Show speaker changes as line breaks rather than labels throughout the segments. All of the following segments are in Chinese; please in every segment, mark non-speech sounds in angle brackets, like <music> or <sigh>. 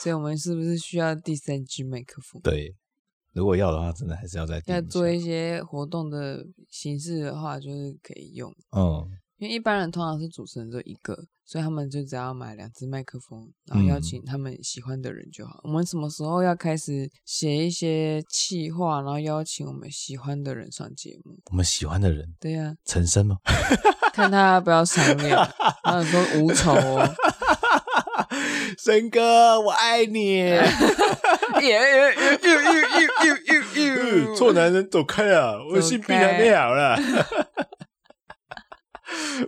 所以我们是不是需要第三支麦克风？
对，如果要的话，真的还是要再定
要
一下
做一些活动的形式的话，就是可以用，
嗯，
因为一般人通常是主持人就一个，所以他们就只要买两支麦克风，然后邀请他们喜欢的人就好。我们什么时候要开始写一些企划，然后邀请我们喜欢的人上节目？
我们喜欢的人，
对呀、
陈升 <laughs> 吗？
看他要不要赏脸，然后你说无仇哦，
森哥，我爱你。
耶耶耶耶耶耶耶耶，
臭嗯男人走开啊！我的
走
性病
开
还没好啦。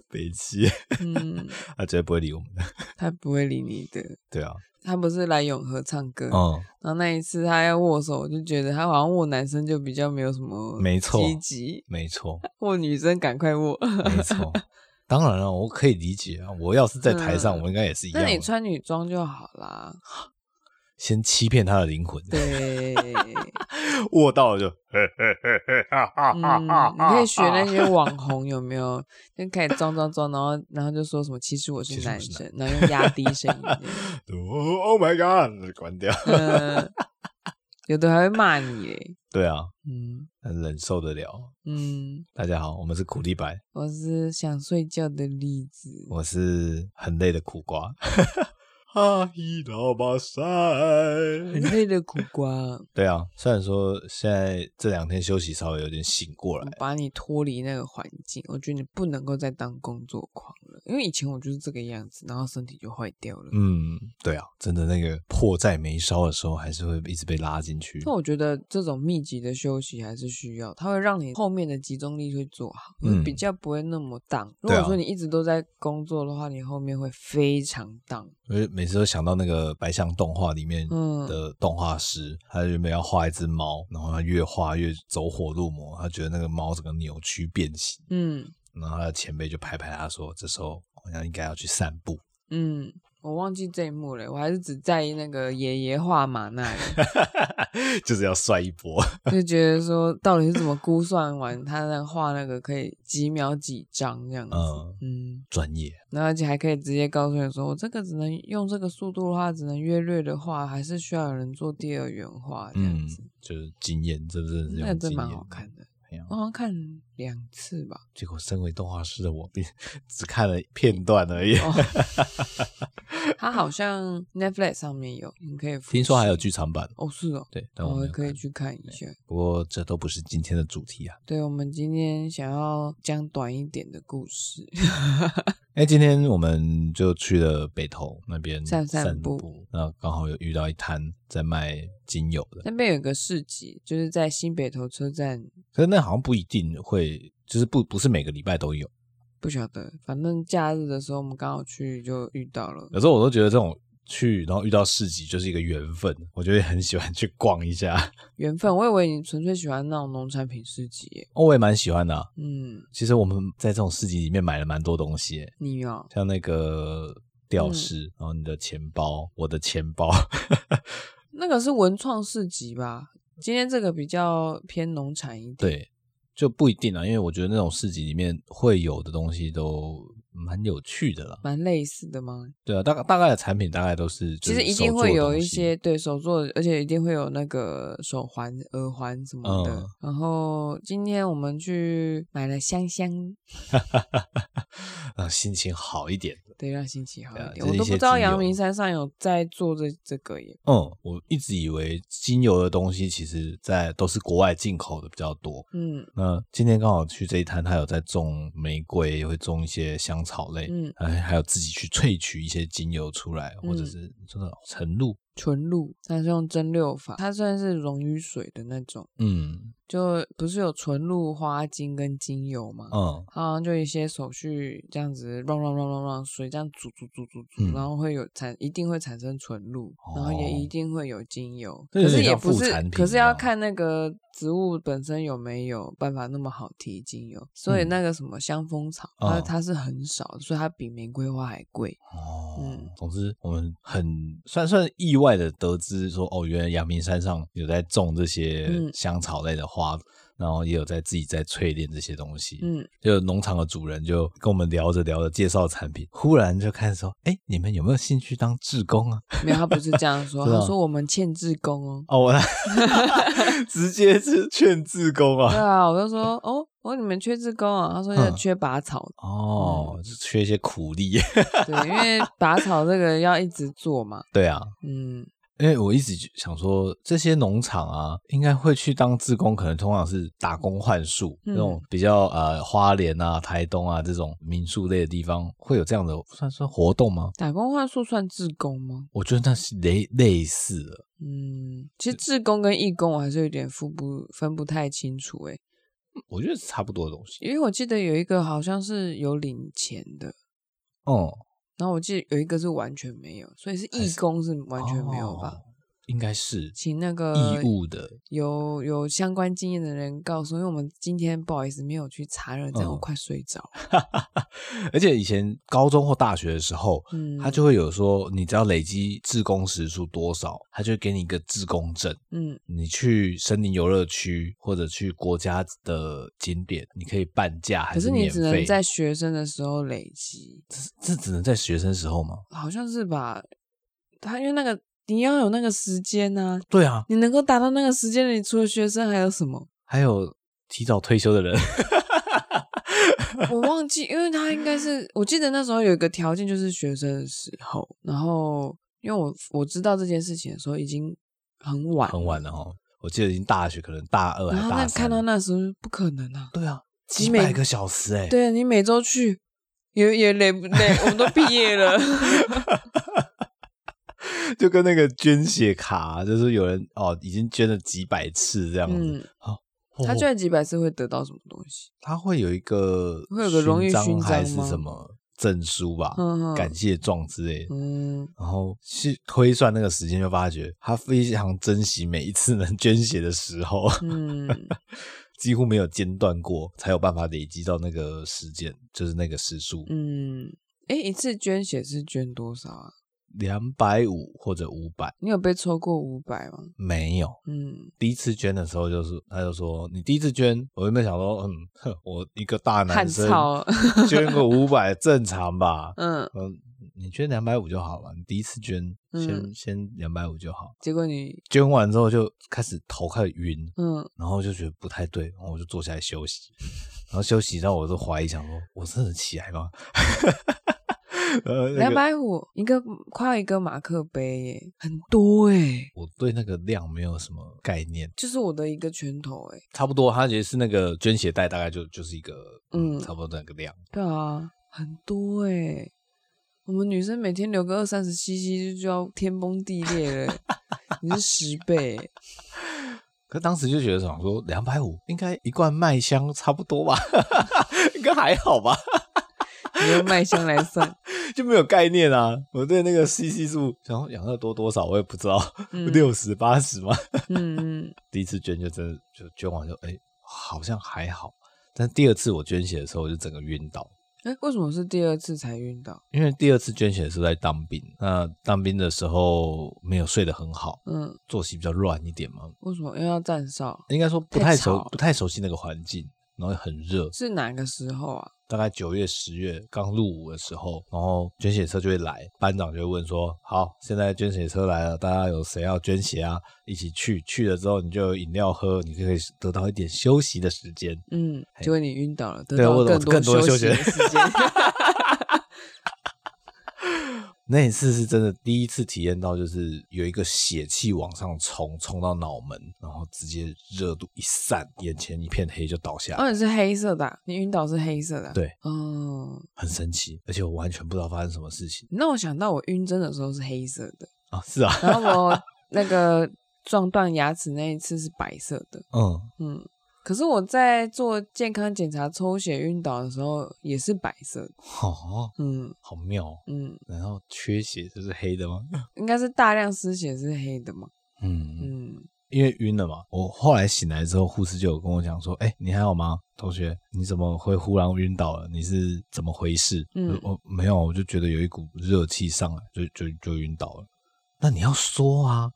北齐，
嗯，
他绝对不会理我们的。
他不会理你的。
对啊，
他不是来永和唱歌，
嗯，
然后那一次他要握手，我就觉得他好像握男生就比较没有什么，
没错
积极
没错，
握女生赶快握。<laughs>
没错。当然了，我可以理解啊。我要是在台上，
嗯
我应该也是一样
那
啊。
你穿女装就好啦。
先欺骗他的灵魂， <laughs>
对，嗯
握到了就，嘿嘿嘿嘿，哈哈哈哈
嗯，你可以学
<laughs>
那
哈
些网红有没有？就开始装装装，然后然后就说什么其实我是
其实我
男
是
生，然后用压低声音这样。
Oh my god！关掉。
呃，有的还会骂你嘞。
对啊，
嗯
忍受得了。
嗯，
大家好，我们是苦力白，
我是想睡觉的例子。
我是很累的苦瓜。 <laughs> 哈伊老巴塞。
很累的苦瓜，
对啊，虽然说现在这两天休息稍微有点醒过
我
来，
把你脱离那个环境，我觉得你不能够再当工作狂了，因为以前我就是这个样子，然后身体就坏掉了。
嗯，对啊，真的那个迫在眉梢的时候，还是会一直被拉进去
那。我觉得这种密集的休息还是需要，它会让你后面的集中力会做好，
嗯
比较不会那么荡。如
对
果
啊
说你一直都在工作的话，你后面会非常荡。
因为每次都想到那个白象动画里面
嗯
的动画师，他原本要画一只猫，然后他越画越走火入魔，他觉得那个猫整个扭曲变形，
嗯
然后他的前辈就拍拍他说：“这时候好像应该要去散步。 <laughs>
嗯，我忘记这一幕了，我还是只在意那个爷爷画马那
<laughs>
里。”
就是要帅一波，
就觉得说到底是怎么估算完他那画那个可以几秒几张这样子，
嗯
嗯，
专业，
然后而且还可以直接告诉你说，我这个只能用这个速度的话，只能约略的画，还是需要有人做第二元画这样
嗯
子，，
就是经验，这真的是
那个
用经
真
验，
蛮好看的。哦
哎呀
我好像看两次
<laughs>
吧，
结果身为动画师的我，并 <laughs> 只看了片段而已。
哦，它好像 Netflix 上面有，你可以复
听说还有
习
剧场版，
哦，是哦，
对，但我没
我
有
可以
看。
去看一下。
不过这都不是今天的主题啊。
对，我们今天想要讲短一点的故事， <laughs>
哎，今天我们就去了北投那边
散散步
步，那刚好有遇到一摊在卖精油的，
那边有一个市集，就是在新北投车站，
可是那好像不一定会，就是不不是每个礼拜都有。
不晓得，反正假日的时候我们刚好去就遇到了。
有时候我都觉得这种去然后遇到市集就是一个缘分，我就会很喜欢去逛一下。 <laughs>
缘分，我以为你纯粹喜欢那种农产品市集耶，
哦，我也蛮喜欢的啊、
嗯，
其实我们在这种市集里面买了蛮多东西耶、
你哦，
像那个吊
嗯
饰，然后你的钱包，我的钱包， <laughs>
那个是文创市集吧？今天这个比较偏农产一点，，
对，就不一定啊，因为我觉得那种市集里面会有的东西都蛮有趣的啦。
蛮类似的吗？
对啊，大概大概的产品大概都是就
其
是
实一定
手
会
做的
有
东
一
西 <laughs>
些对手做的，而且一定会有那个手环、耳环什么的。
嗯
然后今天我们去买了香香，
让呃心情好一点的。
对，让心情好
对啊
一
这
点。
是
我
一
都不
些
知道
精
阳
油
明山上有在做这这个耶。
嗯，我一直以为精油的东西其实在都是国外进口的比较多。
嗯
那今天刚好去这一摊，他有在种玫瑰，也会种一些香草类，
嗯，
哎，还有自己去萃取一些精油出来，或者
嗯
是真的晨露，
纯露，它是用蒸馏法，它算是溶于水的那种。
嗯
就不是有纯露、花精跟精油嘛？
嗯
它好像就一些手续这样子，让让让让让水这样煮煮煮煮煮，
嗯
然后会有产，一定会产生纯露，然后也
哦
一定会有精油。
这
可
有
是
点
也
像
不
副
是
产，品哦
可是要
一样
看那个植物本身有没有办法那么好提精油。所以
嗯
那个什么香蜂草，它
哦
它是很少的，所以它比玫瑰花还贵。
哦，
嗯
总之我们很算算意外的得知说，哦，原来阳明山上有在种这些
嗯
香草类的花。然后也有在自己在淬炼这些东西。
嗯，
就农场的主人就跟我们聊着聊着介绍产品，忽然就开始说：“哎、你们有没有兴趣当志工啊？”
没有，他不是这样
<laughs>
说，
是啊
他说我们欠志工
<laughs>
哦。
哦，我来直接是劝志工
对
啊。
啊，我就说哦，我说你们缺志工啊，他说要
嗯
缺拔草，
哦，就缺一些苦力。
<laughs> 对，因为拔草这个要一直做嘛，
对啊，
嗯，
因为我一直想说，这些农场啊，应该会去当志工，可能通常是打工换宿、
嗯
那种比较呃花莲啊、台东啊这种民宿类的地方，会有这样的算是活动吗？
打工换宿算志工吗？
我觉得那是类类似的，
嗯，其实志工跟义工我还是有点分不分不太清楚诶，
我觉得是差不多的东西。
因为我记得有一个好像是有领钱的，
嗯，
然后我记得有一个是完全没有，所以是义工是完全没有吧？
哦应该是
请那个
义务的， <laughs>
有有相关经验的人告诉，因为我们今天不好意思没有去查了，这样
嗯
我快睡着。
而且以前高中或大学的时候，
嗯，
他就会有说，你只要累积志工时数多少，他就会给你一个志工证。
嗯
你去森林游乐区或者去国家的景点，你可以半价还
可是你
免
只能
费？
在学生的时候累积，
这只能在学生时候吗？
好像是吧？他因为那个你要有那个时间呐、
对啊，
你能够达到那个时间，你除了学生还有什么？ <laughs>
还有提早退休的人，
我忘记，因为他应该是，我记得那时候有一个条件就是学生的时候，然后因为我我知道这件事情的时候已经很晚，
很晚了哦。我记得已经大学，可能大二还
然后
大
啊那
三
看
了。
到那时候不可能啊，
对啊，
你
几
每
百个小时哎、欸。
对啊你每周去也也累不累？我们都毕业
<laughs>
了，
就跟那个捐血卡，就是有人哦，已经捐了几百次这样子。
嗯，
哦
他捐几百次会得到什么东西？
他会有一个
会有个荣誉勋章
还是
吗
什么证书吧，
嗯嗯
感谢状之类的。
嗯，
然后去推算那个时间，就发觉他非常珍惜每一次能捐血的时候，
嗯
<laughs> 几乎没有间断过，才有办法累积到那个时间，就是那个时数，
嗯，哎，一次捐血是捐多少啊？
两百五或者五百，
你有被抽过五百吗？
没有。
嗯，
第一次捐的时候，就是他就说你第一次捐，我原本想说，嗯，哼，我一个大男
汉
生
草
捐
<laughs>
个五百正常吧，
嗯，
嗯，你捐两百五就好了，你第一次捐，先、
嗯
先两百五就好。
结果你，
捐完之后就开始头开始晕，
嗯，
然后就觉得不太对，然后我就坐下来休息，然后休息到我就怀疑想说，我真的起来吗？呃，那
两
个
百五，一个快要一个马克杯耶，很多哎，
我对那个量没有什么概念，
就是我的一个拳头哎，
差不多，它其实是那个捐血袋大概就就是一个嗯，
嗯
差不多那个量。
对啊，很多哎。我们女生每天流个二三十 CC 就就要天崩地裂了，你是十倍欸，
可当时就觉得想说，两百五应该一罐麦香差不多吧， <laughs> 应该还好吧。
你用麦香来算，
就没有概念啊。我对那个 CC 数，然后养乐多多少我也不知道，
嗯
<laughs> 六十八十吗？
嗯嗯
第一次捐就真的就捐完就哎、好像还好。但第二次我捐血的时候，我就整个晕倒，
哎、为什么是第二次才晕倒？
因为第二次捐血是在当兵，那当兵的时候没有睡得很好，
嗯，
作息比较乱一点嘛，
为什么又要站哨？
应该说不
太
太熟
吵，
不太熟悉那个环境。然后很热，
是哪个时候啊？
大概九月、十月刚入伍的时候，然后捐血车就会来，班长就会问说：“好，现在捐血车来了，大家有谁要捐血啊？一起去。去了之后，你就有饮料喝，你就可以得到一点休息的时间。
嗯，结果你晕倒了，得
对
到
我
多
更多
休
休
息
息
的时
<laughs>
间。
那一次是真的第一次体验到，就是有一个血气往上冲，冲到脑门，然后直接热度一散，眼前一片黑就倒下来，
哦，你是黑色的啊、你晕倒是黑色的、
对，
哦，
很神奇，而且我完全不知道发生什么事情
你让我想到我晕针的时候是黑色的，
啊！是啊， <laughs>
然后我那个撞断牙齿那一次是白色的。
嗯，
嗯，可是我在做健康检查抽血晕倒的时候也是白色的。
哦，
嗯
好妙哦。
嗯，
然后缺血就是黑的吗？ <laughs>
应该是大量失血是黑的嘛。
嗯
嗯，
因为晕了嘛，我后来醒来之后，护士就有跟我讲说：“哎、你还好吗，同学？你怎么会忽然晕倒了？你是怎么回事？”
嗯
我说哦没有，我就觉得有一股热气上来，就就就晕倒了。 <laughs> <laughs> 那你要说啊，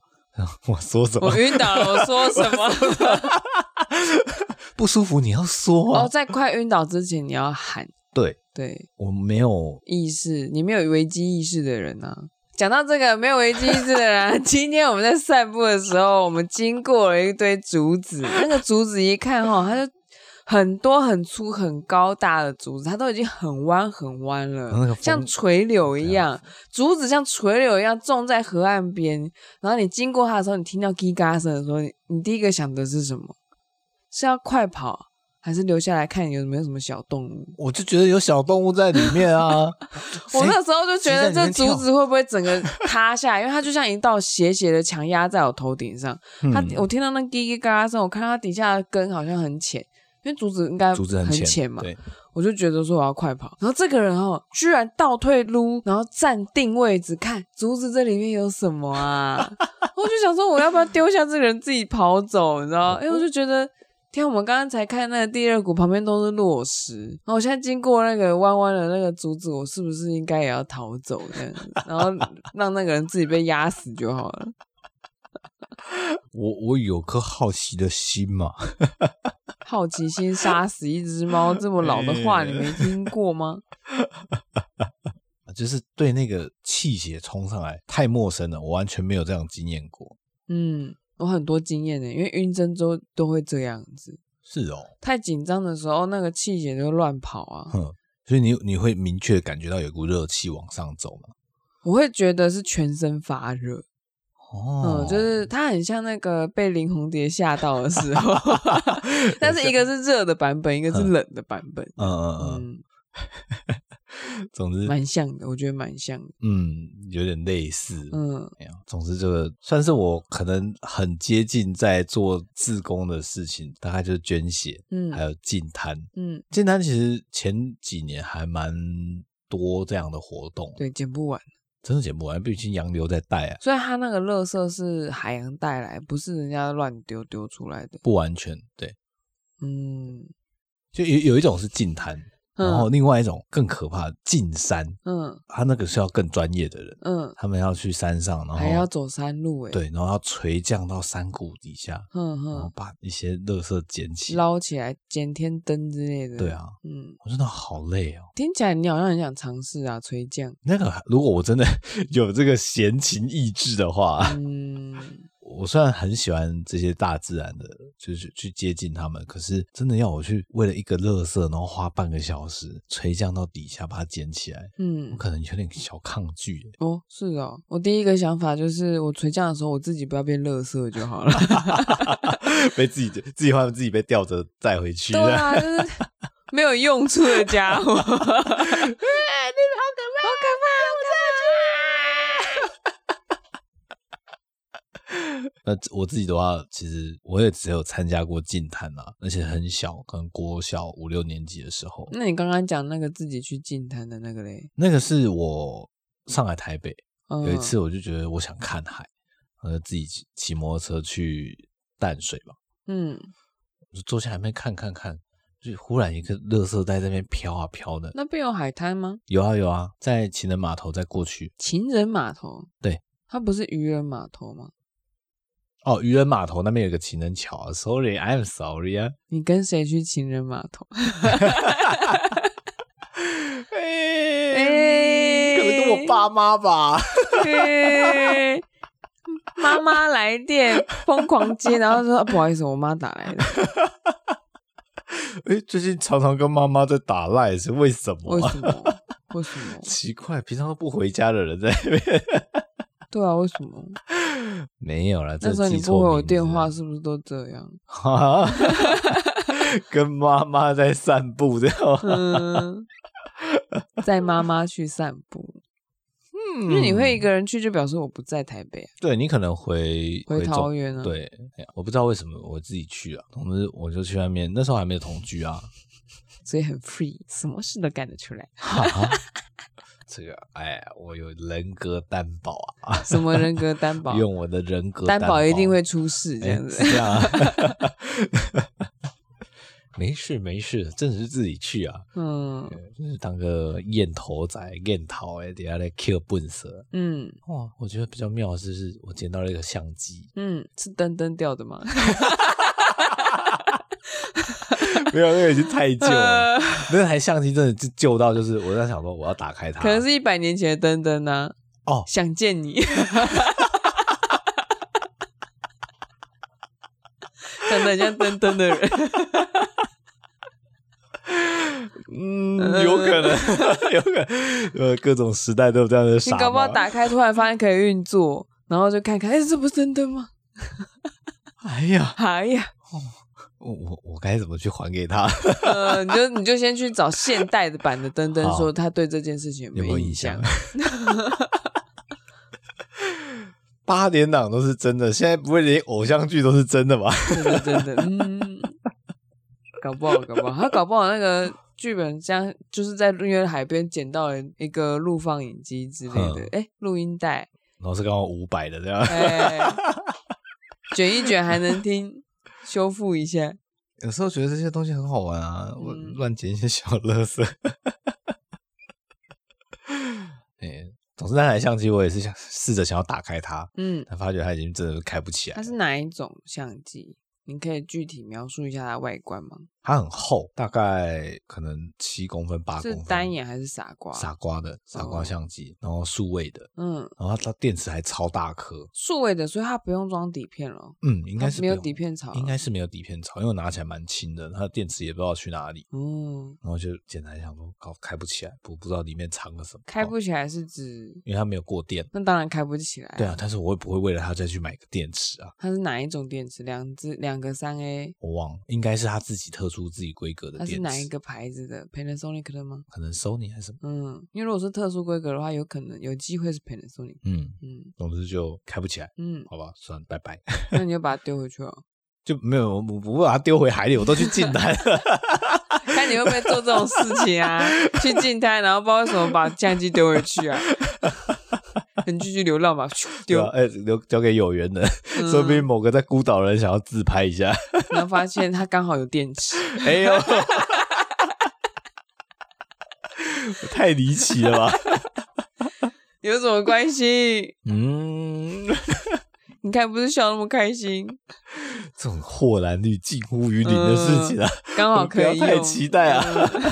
我说什么
我？晕倒了，我说什么？
不舒服你要说
<laughs>
啊。
哦，在快晕倒之前你要喊，
对，
对，
我没有
意识，你没有危机意识的人啊。讲到这个没有危机意识的人
<laughs>
啊，今天我们在散步的时候，我们经过了一堆竹子，那个竹子一看哈、它就很多很粗很高大的竹子，它都已经很弯很弯了，
那个风啊
像垂柳一样，竹子像垂柳一样种在河岸边。然后你经过它的时候，你听到叽嘎声的时候，你你第一个想的是什么？是要快跑，还是留下来看有没有什么小动物？
我就觉得有小动物在里面啊。
我
谁
那时候就觉得
谁在
这
里面
竹
跳
子会不会整个塌下来，因为它就像一道斜斜的墙压在我头顶上。它
嗯
我听到那叽叽嘎嘎声，我看它底下的根好像很浅，因为竹子应该
竹子
很
浅
嘛，
对，
我就觉得说我要快跑。然后这个人哦，居然倒退撸，然后站定位置看竹子这里面有什么啊？ <laughs> 我就想说我要不要丢下这个人自己跑走，你知道？哎因为我就觉得。天啊，我们刚刚才看那个地热谷旁边都是落石，然后我现在经过那个弯弯的那个竹子，我是不是应该也要逃走这样子？然后让那个人自己被压死就好了。
我我有颗好奇的心嘛，
好奇心杀死一只猫，这么老的话你没听过吗？
就是对那个气血冲上来太陌生了，我完全没有这样经验过。
嗯，我很多经验呢，因为晕针之后都会这样子，
是哦，
太紧张的时候那个气血就会乱跑啊。
哼，所以你你会明确感觉到有股热气往上走嘛？
我会觉得是全身发热，
哦
嗯，就是它很像那个被林红蝶吓到的时
<laughs>
候，
哦
<laughs> 但是一个是热的版本，一个是冷的版本，
嗯嗯
嗯，
嗯，总之
蛮像的，我觉得蛮像的，
嗯有点类似。
嗯
哎呀，总之这个算是我可能很接近在做自工的事情，大概就是捐血，还
嗯
有进摊。
嗯，
进摊其实前几年还蛮多这样的活动，
对，剪不完。
真的捡不完，毕竟洋流在带啊，
所以它那个垃圾是海洋带来，不是人家乱丢丢出来的，
不完全对。
嗯。
就有有一种是进摊，然后
嗯
另外一种更可怕，进山，
嗯
他那个是要更专业的人，
嗯，
他们要去山上，然后
还要走山路哎、欸，
对，哦然后要垂降到山谷底下，
嗯
然后
哼，
把一些垃圾捡起。
捞起来捡天灯之类的。
对，啊，
嗯，
我真的好累哦。
听起来你好像很想尝试啊，吹降。
那个，如果我真的 <laughs> 有这个闲情逸致的话，
嗯，
我虽然很喜欢这些大自然的，就是去接近他们，可是真的要我去为了一个垃圾，然后花半个小时垂降到底下把它捡起来，我
嗯，
可能有点小抗拒耶。
哦，是哦，我第一个想法就是我垂降的时候，我自己不要变垃圾就好了。
啊 <laughs> 被自己自己换自己被吊着带回去。
对啊，就是 <laughs> 没有用处的家
哎
伙。
<laughs>
<laughs>
那我自己的话，其实我也只有参加过净坛啦，而且很小，可能国小五六年级的时候，
那你刚刚讲那个自己去进滩的那个嘞？
那个是我上海台北
嗯、
有一次，，我就觉得我想看海，我就自己骑骑摩托车去淡水吧，
嗯，
我就坐下来那边看看看，就忽然一个垃圾袋在那边飘啊飘的，
那边有海滩吗？
有啊有啊，在情人码头再过去
情人码头，
对，
它不是渔人码头吗？
哦，渔人码头那边有个情人桥啊，sorry，I'm sorry 啊。
你跟谁去情人码头？
哎可能跟我爸妈吧。
嘿妈妈来电，疯狂接，然后说、啊不好意思，我妈打来的，
<laughs> <laughs> 哎、最近常常跟妈妈在打赖，是为什么
为
啊？
什么？为什么？
奇怪，平常都不回家的人在那边。 <laughs>
对啊，为什么？
没有啦，
那
真
时
的
候你
记
不
错
回我
名字
电话，是不是都这样？
啊 <laughs> 跟妈妈在散步，这样 <laughs> 吗。
<laughs> 嗯，带妈妈去散步，
嗯
因为你会一个人去，就表示我不在台北啊、
对你可能回
回
中
桃园啊
对，哎呀我不知道为什么我自己去啊，总之我就去外面，那时候还没有同居
<laughs>
啊。 <laughs>
所以很 free，什么事都干得出来。
哈，这个哎呀，我有人格担保啊，
什么人格担保？
<laughs> 用我的人格
担
保啊
保一定会出事，这
哎
样子
是。这
<laughs>
样啊。 <laughs> 没事没事，真的是自己去啊，
嗯
就是当个燕头仔、燕头哎，等下来 kill 笨蛇。
嗯
哇，我觉得比较妙的是，
<laughs>
是我捡到了一个相机，
嗯，是灯灯掉的吗？
没有，那个已经太旧
<laughs>
了。
呃，
那台相机真的就旧到，就是我在想说，我要打开它。
可能是一百年前的灯灯呢。
啊哦
<laughs> 想见你。长得很像灯灯的
<laughs>
人，
嗯，
呃
有
<laughs>
可能，有可能，呃，各种时代都有这样的
你
傻
搞不好
帽
打开突然发现可以运作，然后就看看，哎、这不是灯灯吗？
哎呀，
哎呀，
我我我该怎么去还给他？
呃，你就你就先去找现代的版的灯灯，
好
说他对这件事情有
有没有
印
印象？
<laughs>
<laughs> 八点档都是真的，现在不会连偶像剧都是真的
<laughs>
吧？
真的真的，嗯，搞不好搞不好，他搞不好那个剧本这样，就是在因为海边捡到了一个录放影机之类的
嗯，
哎、录音带，
然后是刚好五百的这样，
哎、卷一卷还能听，修复一下，
<laughs> 有时候觉得这些东西很好玩啊，我
嗯
乱捡一些小乐色。 <laughs> 哎、总之那台相机我也是想试着想要打开它，
嗯，
但发觉它已经真的开不起来
它。是哪一种相机？你可以具体描述一下它的外观吗？
它很厚，大概可能七公分、八公
是
分。
单眼还是傻瓜？
傻瓜的傻瓜
哦
相机，然后数位的，
嗯，
然后它它电池还超大颗。
数位的，所以它不用装底片了，
嗯，应该
它
是
哦没有
不用
底片槽了，
应该是没有底片槽，因为我拿起来蛮轻的，它的电池也不知道去哪里，
嗯，
然后就简单想说，搞开不起来，不不知道里面藏了什么，
开
哦，
不起来是指
因为它没有过电。
那当然开不起来、
对啊，，但是我也不会为了它再去买个电池啊，
它是哪一种电池？两只两个三 A，
我忘了，应该是它自己特殊自己规格的
它
电池，
是哪一个牌子的？Panasonic 的吗？
可能 Sony 还是什么，
嗯，因为如果是特殊规格的话，有可能有机会是 Panasonic。
嗯，
嗯
总之就开不起来，
嗯，
好吧，算了，拜拜， <laughs>
那你就把它丢回去哦，
就没有我我不把它丢回海里，我都去近滩了。
看你会不会做这种事情啊？去静态，然后不知道为什么把相机丢回去啊？你继续流浪吧，咻 <laughs>
对
丢
啊，，哎、留交给有缘人，
嗯
<laughs> 说不定某个在孤岛的人想要自拍一下，
然后发现它刚好有电池，
哎呦， <laughs> 太离奇了 <laughs> 吧？
有什么关系？
嗯，
你看不是笑那么开心，
这种豁然率近乎于零的事情啊，
刚好可以
不要太
用
期待啊
嗯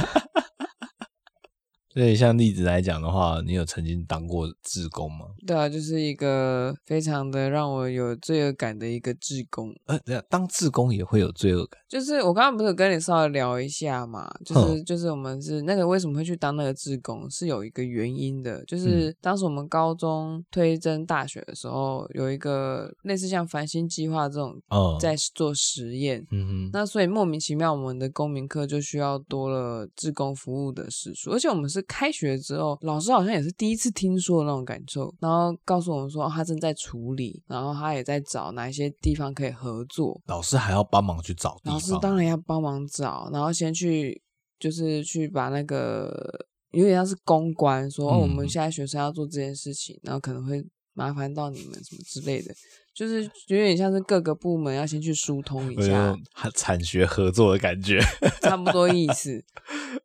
所以像例子来讲的话，你有曾经当过志工吗？
对啊，就是一个非常的让我有罪恶感的一个志工。
呃，等一下当志工也会有罪恶感，
就是我刚刚不是有跟你稍微聊一下嘛，就是就是我们是那个为什么会去当那个志工是有一个原因的，就是当时我们高中推甄大学的时候，有一个类似像繁星计划这种
嗯，
在做实验，
嗯哼，
那所以莫名其妙，我们的公民课就需要多了志工服务的时数，而且我们是开学之后，老师好像也是第一次听说的那种感受，然后告诉我们说、哦他正在处理，然后他也在找哪一些地方可以合作，
老师还要帮忙去找地
老
方，
师当然要帮忙找，然后先去就是去把那个有点像是公关，说、哦、我们
嗯
现在学生要做这件事情，然后可能会麻烦到你们什么之类的，就是有点像是各个部门要先去疏通一
有
下。
种产哎学合作的感觉，
差不多意思。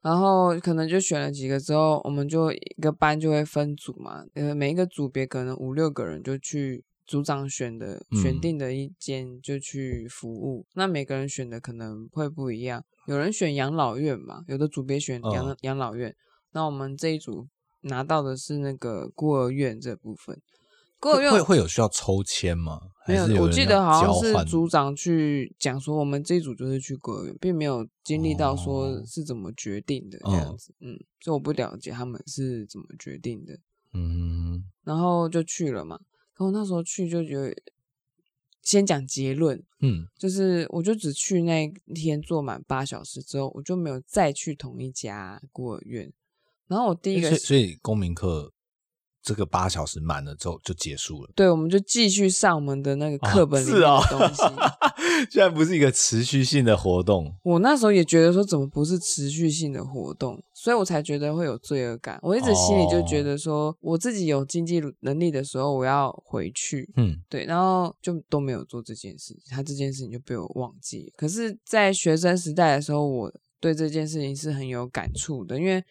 然后可能就选了几个之后，我们就一个班就会分组嘛，呃，每一个组别可能五六个人就去组长选的选
嗯
定的一间就去服务。那每个人选的可能会不一样，有人选养老院嘛，有的组别选养、
嗯
养老院。那我们这一组拿到的是那个孤儿院这部分，孤儿
会
院
会会有需要抽签吗？
没
还是有
我
人
记
要
得好
交
像是
换
组长去讲说，我们这一组就是去孤儿院，并没有经历到说
哦
是怎么决定的这样子。嗯，所以我不了解他们是怎么决定的，
嗯，
然后就去了嘛。然后那时候去就觉得，先讲结论，
嗯，
就是我就只去那一天做满八小时之后，我就没有再去同一家孤儿院。然后我第一
所
个
以所以公民课这个八小时满了之后就结束了。
对，我们就继续上我们的那个
啊
课本里
是
面的
哦
东西。
<laughs> 居然不是一个持续性的活动，
我那时候也觉得说，怎么不是持续性的活动，所以我才觉得会有罪恶感。我一直心里就觉得说，我自己有经济能力的时候，我要回去，
嗯，
对，然后就都没有做这件事，他这件事情就被我忘记。可是，在学生时代的时候，我对这件事情是很有感触的，因为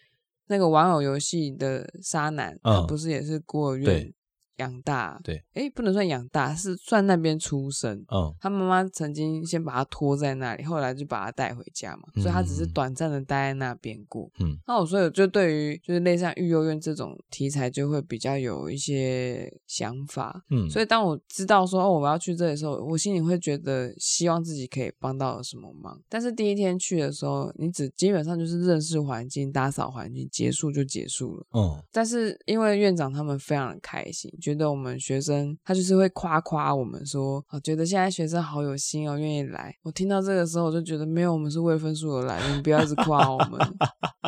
那个玩偶游戏的沙男，他
嗯
不是也是孤儿院
对
养大，
对，
哎，不能算养大，是算那边出生。
嗯，
他妈妈曾经先把他拖在那里，后来就把他带回家嘛，所以他只是
嗯
短暂的待在那边过。
嗯，
那我所以我就对于就是类似像育幼院这种题材，就会比较有一些想法。
嗯，
所以当我知道说哦我要去这里的时候，我心里会觉得希望自己可以帮到什么忙。但是第一天去的时候，你只基本上就是认识环境、打扫环境，结束就结束了。
嗯
但是因为院长他们非常的开心，觉得我们学生他就是会夸夸我们说，啊，觉得现在学生好有心哦，愿意来。我听到这个时候，我就觉得没有，我们是为分数而来，你们不要一直夸我们，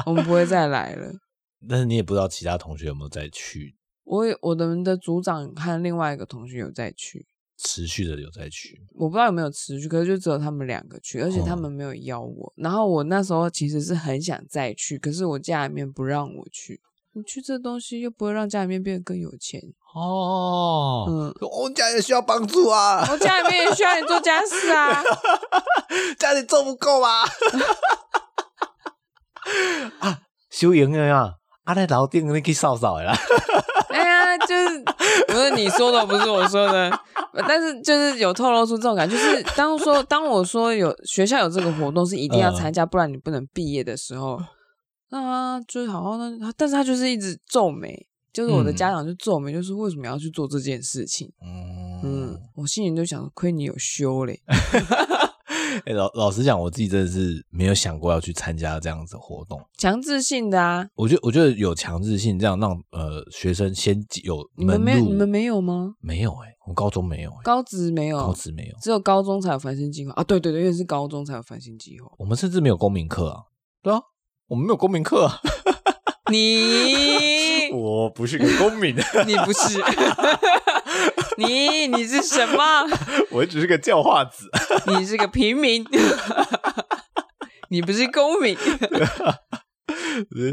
我们不会再来了。
但是你也不知道其他同学有没有再去
我也我的们的组长和另外一个同学有再去，
持续的有再去，
我不知道有没有持续，可是就只有他们两个去，而且他们没有邀我。然后我那时候其实是很想再去，可是我家里面不让我去。你去这东西又不会让家里面变得更有钱，
哦，
嗯，
我们家也需要帮助啊， <laughs>
我 <laughs> 家里面也需要你做家事 <laughs> 啊。
家里做不够啊， <laughs> 啊，修营了啊，啊，那老丁你去扫扫的啦，
哎呀，就是不是你说的，不是我说的， <laughs> 但是就是有透露出这种感觉，就是当说当我说有学校有这个活动是一定要参加，不然你不能毕业的时 <laughs> 候，那他就是好像那，但是他就是一直皱眉，就是我的
嗯
家长就皱眉，就是为什么要去做这件事情？嗯
嗯，，
我心里就想，亏你有修嘞，
<laughs>
<laughs>
哎、老老实讲，我自己真的是没有想过要去参加这样子的活动。
强制性的啊，
我觉得，我觉得有强制性这样让呃学生先有
你们没有
门路
你们没有吗？
没有哎、我高中没有哎、
高职没有，
高职没有，
只有高中才有繁星计划啊，对对对，因为是高中才有繁星计划。
我们甚至没有公民课啊。对啊，我们没有公
<laughs>
民课啊。
你
我不是个公民， <laughs>
你不是， <laughs> 你你是什么？
我只是个教化 <laughs> 子。
你是个平民， <laughs> 你不是公民。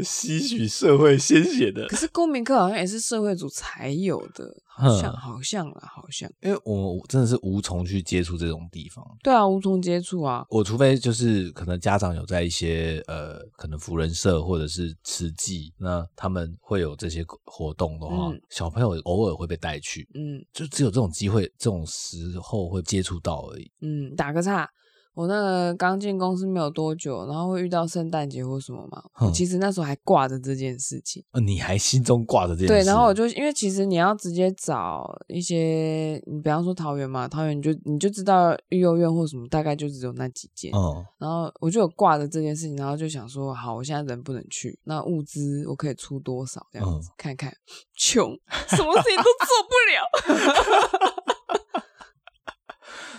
吸取社会鲜血的
可，是公民课好像也是社会组才有的，好像好像啦，好像
因为我真的是无从去接触这种地方。
对啊，无从接触啊。
我除非就是可能家长有在一些呃，可能福人社或者是慈济，那他们会有这些活动的话，
嗯
小朋友偶尔会被带去，
嗯
就只有这种机会、这种时候会接触到而已。
嗯，打个岔。我那个刚进公司没有多久，然后会遇到圣诞节或什么嘛，我
哼
其实那时候还挂着这件事情。
呃，你还心中挂着这件事，
对，然后我就因为其实你要直接找一些，你比方说桃园嘛，桃园你就你就知道育幼院或什么，大概就只有那几间。
嗯
然后我就有挂着这件事情，然后就想说，好，我现在人不能去，那物资我可以出多少这样子、看看， <laughs> 穷，什么事情都做不了。 <laughs>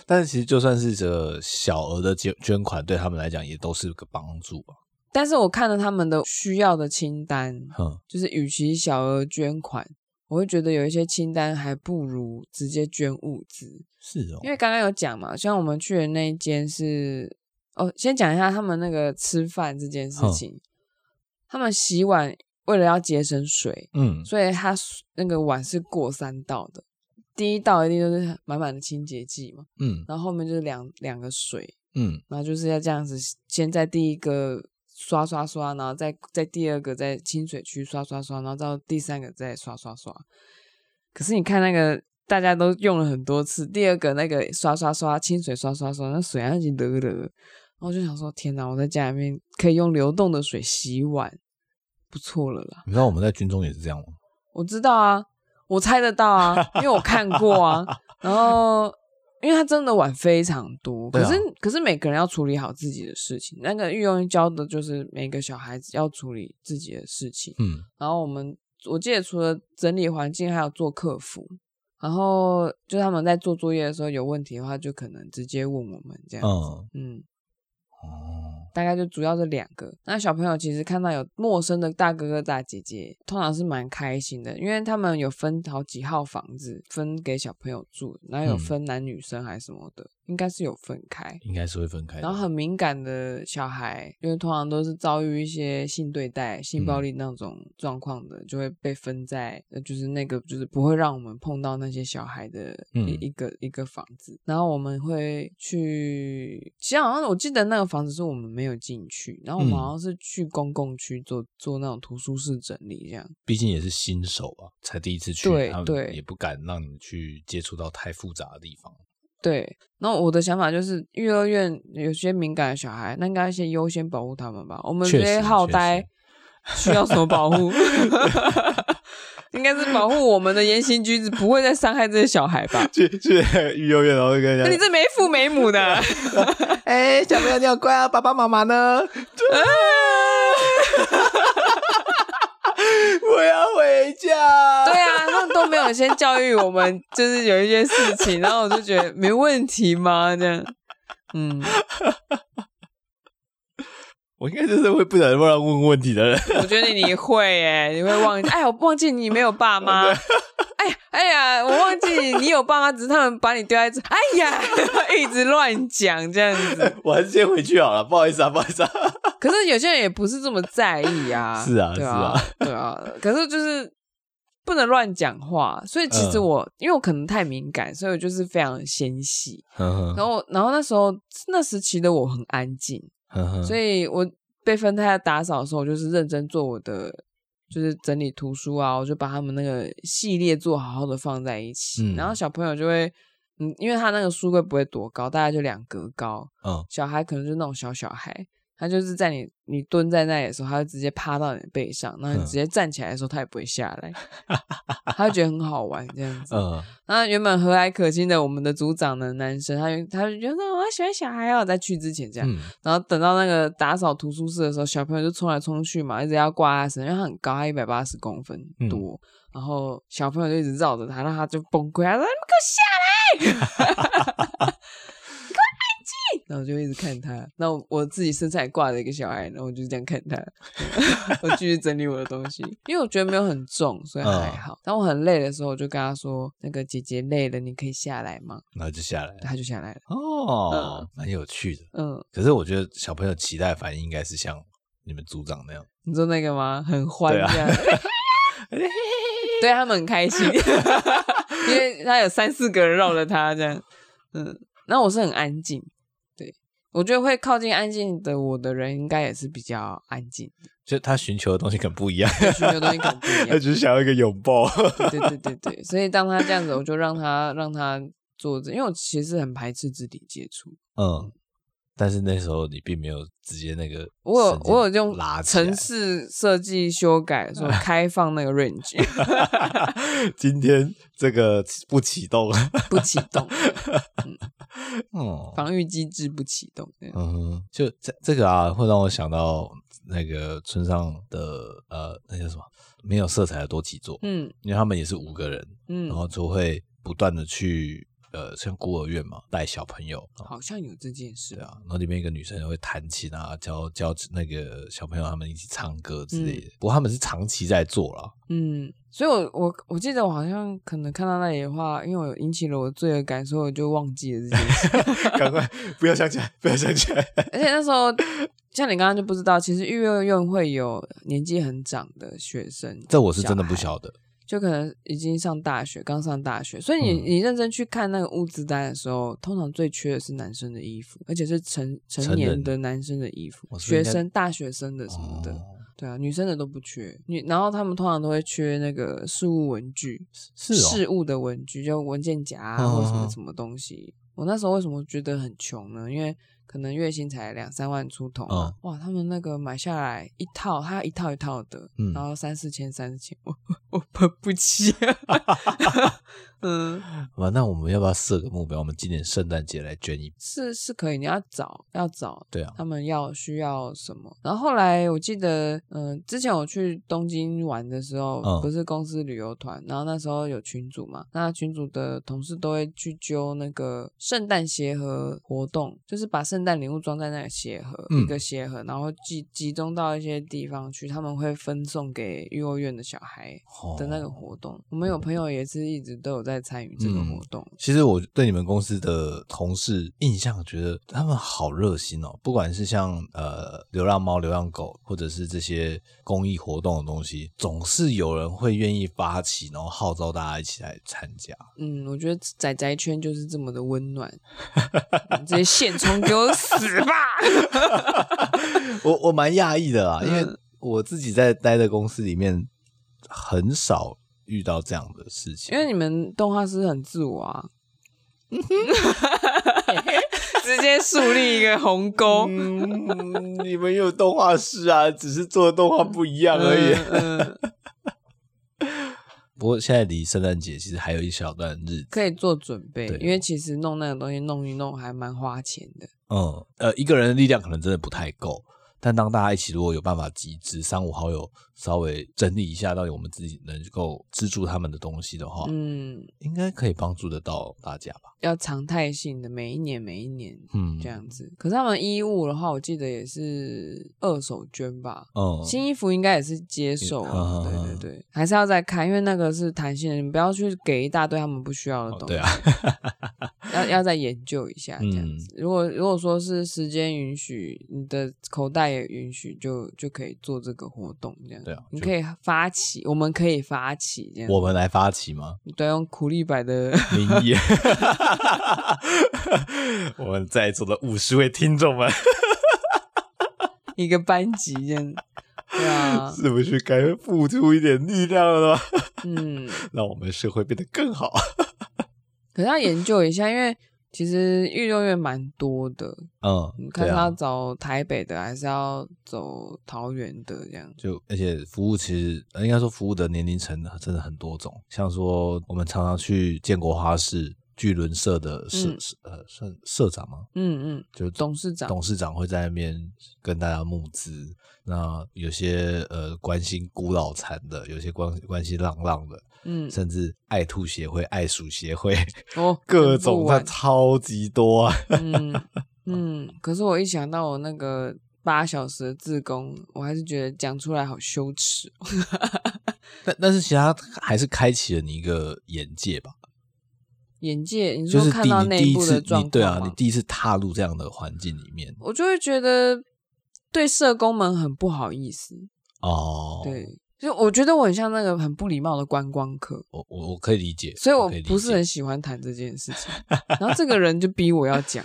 但是其实就算是这个小额的捐捐款，对他们来讲也都是个帮助啊吧。
但是我看了他们的需要的清单，
哼，
就是与其小额捐款，我会觉得有一些清单还不如直接捐物资。
是哦，
因为刚刚有讲嘛，像我们去的那一间是，哦，先讲一下他们那个吃饭这件事
嗯
情。他们洗碗为了要节省水，
嗯，
所以他那个碗是过三道的。第一道一定就是满满的清洁剂嘛，
嗯
然后后面就是两两个水，
嗯
然后就是要这样子，先在第一个刷刷刷，然后再在第二个在清水区刷刷刷，然后到第三个再刷刷刷。可是你看那个大家都用了很多次，第二个那个刷刷刷清水刷刷刷，那水啊已经得得。然后我就想说，天哪！我在家里面可以用流动的水洗碗，不错了啦。
你知道我们在军中也是这样吗？
我知道啊，我猜得到啊，因为我看过
<laughs>
啊。然后，因为他真的碗非常多，
对
可
啊
是、可是每个人要处理好自己的事情。那个育幼院教的就是每个小孩子要处理自己的事情。
嗯
然后我们我记得除了整理环境，还有做客服。然后就他们在做作业的时候有问题的话，就可能直接问我们这样。
嗯
嗯，
哦，
大概就主要这两个。那小朋友其实看到有陌生的大哥哥大姐姐，通常是蛮开心的，因为他们有分好几号房子分给小朋友住，然后有
嗯
分男女生还是什么的，应该是有分开。
应该是会分开的。
然后很敏感的小孩，因为通常都是遭遇一些性对待、性
嗯
暴力那种状况的，就会被分在，呃就是那个就是不会让我们碰到那些小孩的
嗯
一一个、一个房子。然后我们会去，其实好像我记得那个房子是我们没有进去，然后我们
嗯
好像是去公共区做做那种图书室整理这样。
毕竟也是新手啊，才第一次去，
对
他们
对
也不敢让你去接触到太复杂的地方。
对，那我的想法就是，幼儿园有些敏感的小孩，那应该先优先保护他们吧。我们
确
这些
实
好
确
呆，需要什么保护？ <laughs> 应该是保护我们的言行举止不会再伤害这些小孩
<laughs>
吧？
去去育幼院，然后就跟
那 <laughs> 你
人家，
这没父没母的，
哎、小朋友你好乖啊，爸爸妈妈呢？
<laughs>
啊
嗯
我要回家。
对啊，他们都没有先教育我们，就是有一些事情，然后我就觉得没问题吗？这样，嗯，
我应该就是会不小心乱问问题的人。 <laughs>
我觉得你会哎、你会忘记，哎，我忘记你没有爸
<laughs>
妈，哎呀，哎呀，我忘记你有爸妈，只是他们把你丢在这，哎呀， <laughs> 一直乱讲这样子。
我还是先回去好了，不好意思啊，不好意思啊。
可是有些人也不是这么在意啊，
是啊
对
是
啊，对啊。可是就是不能乱讲话，所以其实
嗯
我、因为我可能太敏感，所以我就是非常纤细。
呵
然后我，然后那时候那时期的我很安静，
呵 <laughs> 呵哦
所以我被分开打扫的时候，我就是认真做我的，就是整理图书啊，我就把他们那个系列做好好的放在一起，
嗯
然后小朋友就会，嗯，因为他那个书柜不会多高，大概就两格高，
嗯
小孩可能就那种小小孩。他就是在你你蹲在那里的时候，他就直接趴到你的背上，然后你
嗯
直接站起来的时候，他也不会下来，他就觉得很好玩这
<laughs>
样子。
嗯，
那原本和蔼可亲的我们的组长呢，男生，他就他就觉得我喜欢小孩哦，在去之前这样，
嗯
然后等到那个打扫图书室的时候，小朋友就冲来冲去嘛，一直要挂他身上，因为他很高，他一百八十公分多，然后小朋友就一直绕着他，让他就崩溃，他说：“你们给我下来， <laughs> 你给我安静。”然后我就一直看他，那我我自己身上也挂着一个小孩，然后我就这样看他， <laughs> 我继续整理我的东西，因为我觉得没有很重，所以还好。当我很累的时候，我就跟他说：“那个姐姐累了，你可以下来吗
然后就下来？”了。
他就下来了。
哦，蛮有趣的。
嗯，
可是我觉得小朋友期待的反应应该是像你们组长那样，
你说那个吗？很欢
对啊
这样。 <laughs> 对他们很开心， <laughs> 因为他有三四个人绕着他这样，嗯，那我是很安静，对我觉得会靠近安静的我的人，应该也是比较安静，
就他寻求的东西可能不一样，
也许没有东西可能不一
<laughs> 他
样，
只是想要一个拥抱。
对对对对，所以当他这样子，我就让他让他坐着，因为我其实很排斥肢体接触，
嗯，但是那时候你并没有直接那个，
我有我有用
拉起来 <laughs>
城市设计修改说开放那个 range
<laughs> 今天这个不启动，
不启动，
嗯
防御机制不启动，对
嗯哼，就这这个啊，会让我想到那个村上的呃，那叫什么没有色彩的多起座，
嗯
因为他们也是五个人，然
嗯，
后就会不断的去呃，像孤儿院嘛，带小朋友，啊
好像有这件事
对，啊，然后里面一个女生会弹琴啊，教教那个小朋友他们一起唱歌之类的。不过他们是长期在做
<laughs>
啦，
嗯，所以我我我记得我好像可能看到那里的话，因为我引起了我的罪恶感，所以我就忘记了这件事。
赶快不要想起来，不要想
<laughs>
起来。
而且那时
<laughs>
候，像你刚刚就不知道，其实育幼院会有年纪很长的学生，
这我是真的
小孩
不晓得，
就可能已经上大学，刚上大学，所以你、
嗯
你认真去看那个物资单的时候，通常最缺的是男生的衣服，而且是成成
成
年
人
的男生的衣服，
我是不是
学
应该
生、大学生的什么的，
哦
对啊，女生的都不缺。女，然后他们通常都会缺那个事物文具，
是哦
事物的文具，就文件夹啊、
嗯
或者什
嗯
么
嗯
什么东西。我那时候为什么觉得很穷呢？因为可能月薪才两三万出头
嗯
嘛，哇，他们那个买下来一套，他要一套一套的，
嗯
然后三四千、三四千，我我喷不
<laughs>
起， <laughs> 嗯，
哇，那我们要不要设个目标？我们今年圣诞节来捐一？
是是可以，你要找要找
对啊，
他们要需要什么。然后后来我记得，嗯、之前我去东京玩的时候，
嗯
不是公司旅游团，然后那时候有群组嘛，那群组的同事都会去揪那个圣诞鞋盒活动，就是把圣诞礼物装在那个鞋盒、
嗯
一个鞋盒，然后集集中到一些地方去，他们会分送给幼儿园的小孩
哦嗯
的那个活动。我们有朋友也是一直都有在参与这个活动。
其实我对你们公司的同事印象，觉得他们好热心哦。不管是像呃流浪猫、流浪狗，或者是这些公益活动的东西，总是有人会愿意发起，然后号召大家一起来参加。
嗯，我觉得仔仔圈就是这么的温暖，你这些线虫给我死吧！ <laughs>
我我蛮讶异的啦，因
嗯
为我自己在待的公司里面很少遇到这样的事情
因。为你们动画师很自我啊，直接树立一个鸿沟。
嗯，哦你们有动画师啊，只是做的动画不一样而已。
嗯嗯
不过现在离圣诞节其实还有一小段日子。
可以做准备
对，
因为其实弄那个东西弄一弄还蛮花钱的。
嗯，呃，一个人的力量可能真的不太够，但当大家一起如果有办法集资，三五好友稍微整理一下，到底我们自己能够资助他们的东西的话，
嗯，
应该可以帮助得到大家吧？
要常态性的，每一年每一年
嗯，
这，样子。可是他们衣物的话，我记得也是二手捐吧。
嗯，
新衣服应该也是接受啊，
嗯
对对对，还是要再看，因为那个是弹性的，你不要去给一大堆他们不需要的
哦
东西，
对啊，
要要再研究一下这样
嗯
子。如果如果说是时间允许，你的口袋也允许，就就可以做这个活动这样。
对啊
你
就
可以发起，我们可以发起这样。
我们来发起吗？
对，用苦力白的 <laughs>
名义， <laughs> 我们在座的五十位听众们，
一个班级这
<laughs>
样。对啊，
是不是该付出一点力量了呢？
嗯，
让我们社会变得更好。
可是要研究一下，因为其实育幼院蛮多的，
嗯
你，看
对
他
啊，
走台北的，还是要走桃园的这样。
就而且服务其实呃应该说服务的年龄层真的很多种，像说我们常常去建国花市巨轮社的社、
嗯
社呃社社长吗？
嗯嗯，
就
董事长，
董事长会在那边跟大家募资。那有些呃关心孤老残的，有些关关心浪浪的，
嗯，
甚至爱兔协会、爱鼠协会，
哦，
各
很不
种它
完
超级多啊！ <laughs>
嗯，嗯，可是我一想到我那个八小时的自工，我还是觉得讲出来好羞耻哦。
但但是其实它还是开启了你一个眼界吧，
眼界，你
就
说
是
看
第
到
你
内
第一
部
次
的
你
状
对啊
况，
你
吗？
第一次踏入这样的环境里面
我就会觉得对社工们很不好意思。
哦。，
对，就我觉得我很像那个很不礼貌的观光客，
我我我可以理解，
所以我
可以理
不是
解
很喜欢谈这件事情。然后这个人就逼我要讲，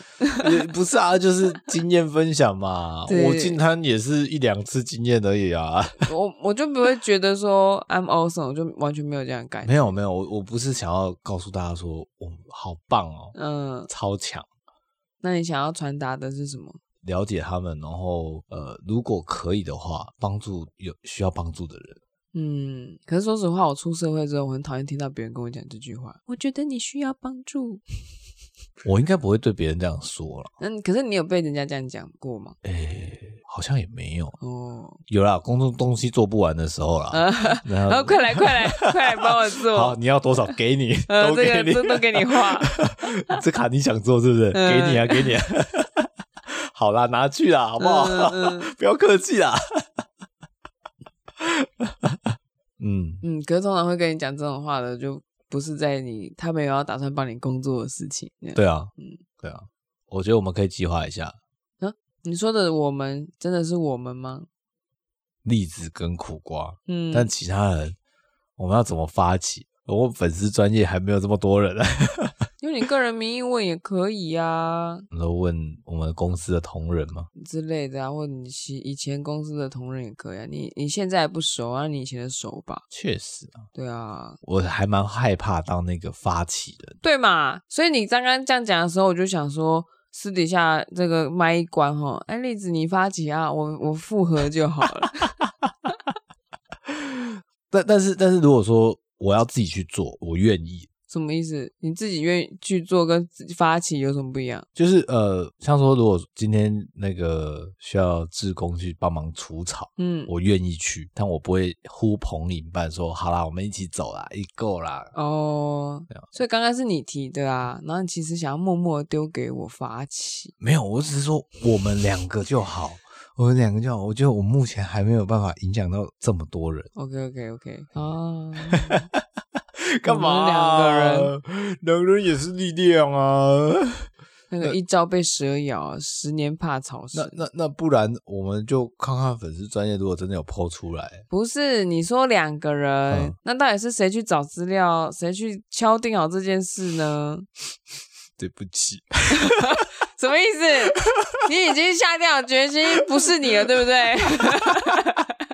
也 <laughs> 不是啊，就是经验分享嘛。 <laughs>
对
我进摊也是一两次经验而已啊。 <laughs>
我我就不会觉得说 I'm awesome，我就完全没有这样的感
没
觉。
有没有，我我不是想要告诉大家说我好棒哦，
嗯，
超强。
那你想要传达的是什么？
了解他们，然后呃，如果可以的话，帮助有需要帮助的人。
嗯，可是说实话，我出社会之后，我很讨厌听到别人跟我讲这句话。我觉得你需要帮助。
我应该不会对别人这样说了，
嗯，可是你有被人家这样讲过吗？
诶，好像也没有。
哦，
有啦，工作东西做不完的时候啦， <laughs> 然
然后
后
快来快来快来帮我
呃 <laughs> 好，
做，
你要
<laughs>
多少给你，
呃，
都
这
给
个
你。
这都给你画。
<laughs> 这卡你想做是不是？
嗯
给你啊，给你啊。 <laughs> 好啦，拿去啦，好不好？
嗯嗯
<laughs> 不要客气啦。 <laughs> 嗯，
嗯，可是通常会跟你讲这种话的，就不是在你他没有要打算帮你工作的事情。这样，
对啊
嗯，
对啊，我觉得我们可以计划一下
你说的我们真的是我们吗？
栗子跟苦瓜，
嗯，
但其他人我们要怎么发起？我粉丝专业还没有这么多人
<laughs>
呢。
用你个人名义问也可以啊
你都问我们公司的同仁吗？
之类的啊，或者你以以前公司的同仁也可以啊。你你现在还不熟啊，你以前的熟吧？
确实啊，
对啊，
我还蛮害怕当那个发起人。
对嘛？所以你刚刚这样讲的时候，我就想说，私底下这个麦一关哈，哎，栗子你发起啊，我我复合就好
<laughs>
了。
但但是但是，如果说我要自己去做，我愿意。
什么意思？你自己愿意去做跟自己发起有什么不一样？
就是呃，像说，如果今天那个需要志工去帮忙除草，
嗯，
我愿意去，但我不会呼朋引伴说好啦，我们一起走啦，一够啦。
哦
对啊，
所以刚刚是你提的啊，然后你其实想要默默地丢给我发起，
没有，我只是说我们两个就好，我们两个就好。我觉得我目 <laughs> 前还没有办法影响到这么多人。
哦 OK OK OK 啊，
干嘛、啊
我
两个人， <laughs> 两个人也是力量 <laughs> 啊。
那个一朝被蛇咬啊，十年怕草
那
绳。
那那不然我们就看看粉丝专业，如果真的有抛出来，
不是你说两个人，
嗯
那到底是谁去找资料，谁去敲定好这件事呢？ <laughs>
对不起，
什么意思？你已经下定好决心，不是你了，对不对？ <laughs>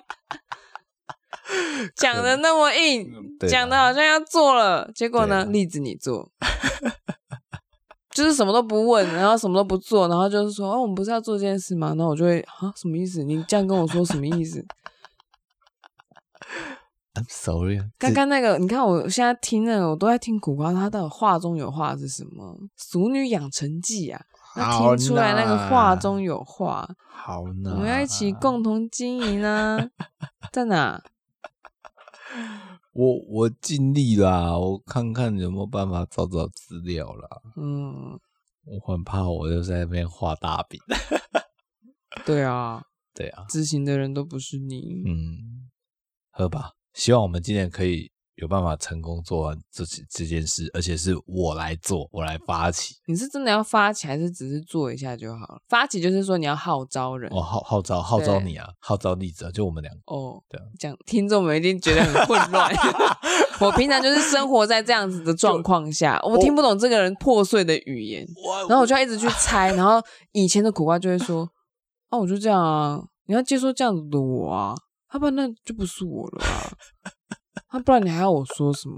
讲的那么硬，
嗯对啦啊
讲的好像要做了，结果呢，
对啦
例子你做，就是什么都不问，然后什么都不做，然后就是说，哦，我们不是要做这件事吗？然后我就会啊，什么意思？你这样跟我说什么意思？
I'm sorry 啊。
刚刚那个，你看我现在听那个，我都在听苦瓜，他到底话中有话是什么？《俗女养成记》啊，
好
那听出来那个话
啦
中有话。
这好啊呢，
我们要一起共同经营啊，在哪？
我我尽力啦，我看看有没有办法找找资料啦。
嗯，
我很怕我就在那边画大饼。 <laughs>
对啊，
对啊，
执行的人都不是你。
嗯，喝吧。希望我们今年可以有办法成功做完这起这件事，而且是我来做，我来发起。
你是真的要发起，还是只是做一下就好了？发起就是说你要号召人
我、号号召号召
对
你啊，号召例子啊，就我们两个。
哦
对啊。
这样听众们一定觉得很混
<laughs>
乱。我平常就是生活在这样子的状况下，我听不懂这个人破碎的语言，
我
然后我就要一直去猜。然后以前的苦瓜就会说：“哦，我就这样啊，你要接受这样子的我啊，要不然那就不是我了啊，那不然你还要我说什么？”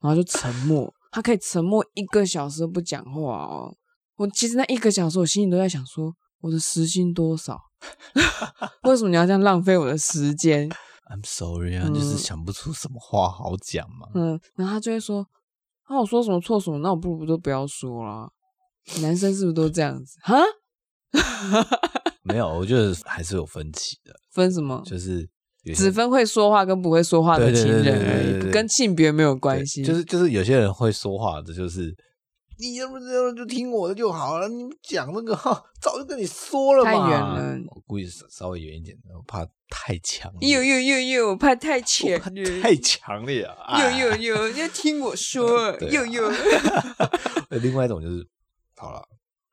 然后就沉默，他可以沉默一个小时都不讲话哦。我其实那一个小时，我心里都在想说，我的时薪多少？ <laughs> 为什么你要这样浪费我的时间？
I'm sorry 啊，
嗯
就是想不出什么话好讲嘛。
嗯，然后他就会说：“那、我说什么错什么，那我不如都不要说啦。”男生是不是都这样子？哈，
没有，我觉得还是有分歧的，
分什么？
就是有些
只分会说话跟不会说话的
对对
情
对对
人
对
而
对
已，
对
不跟性别没有
对
关系。
就是就是有些人会说话的，就是你要不要就听我的就好了，你们讲那个哈，早就跟你说了嘛。
太远了
我故意稍稍微远一点，我怕太强烈，
呦呦呦呦，我怕太
我
浅
怕
了。
太强烈了。哎
呦呦呦，要听我说
<laughs> ，对啊
呦呦。
<laughs> 另外一种就是，好了，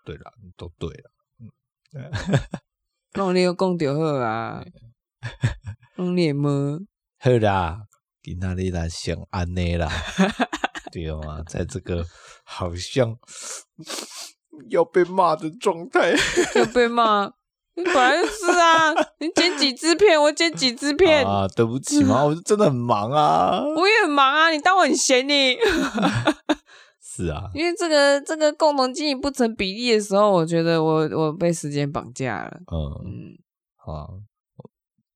对了，都对了，
<laughs> 弄你个讲就好
<laughs>
啊，弄你么？
好啦，今天你来想安
<laughs>
内啦，对吗？在这个好像要被骂的状态。
又被骂，你本来就是啊，你剪几支片，我剪几支片，
啊，对不起嘛，我是真的很忙啊。
我也很忙啊，你当我很闲你？
是啊，
<laughs> 因为这个这个共同经营不成比例的时候，我觉得我我被时间绑架了。
嗯，
嗯
啊，我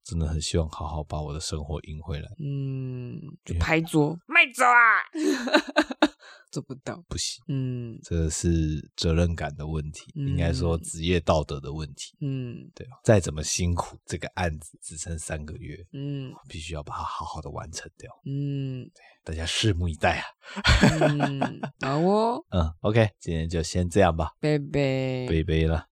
真的很希望好好把我的生活赢回来，
嗯，就
对
拍桌卖走啊， <laughs> 做不到。
不行，
嗯
这是责任感的问题，
嗯
应该说职业道德的问题。
嗯
对啊，再怎么辛苦，这个案子只剩三个月，
嗯
必须要把它好好的完成掉。
嗯
大家拭目以待啊。
嗯，好哦，哦
嗯，OK，今天就先这样吧，
拜拜，
拜拜了。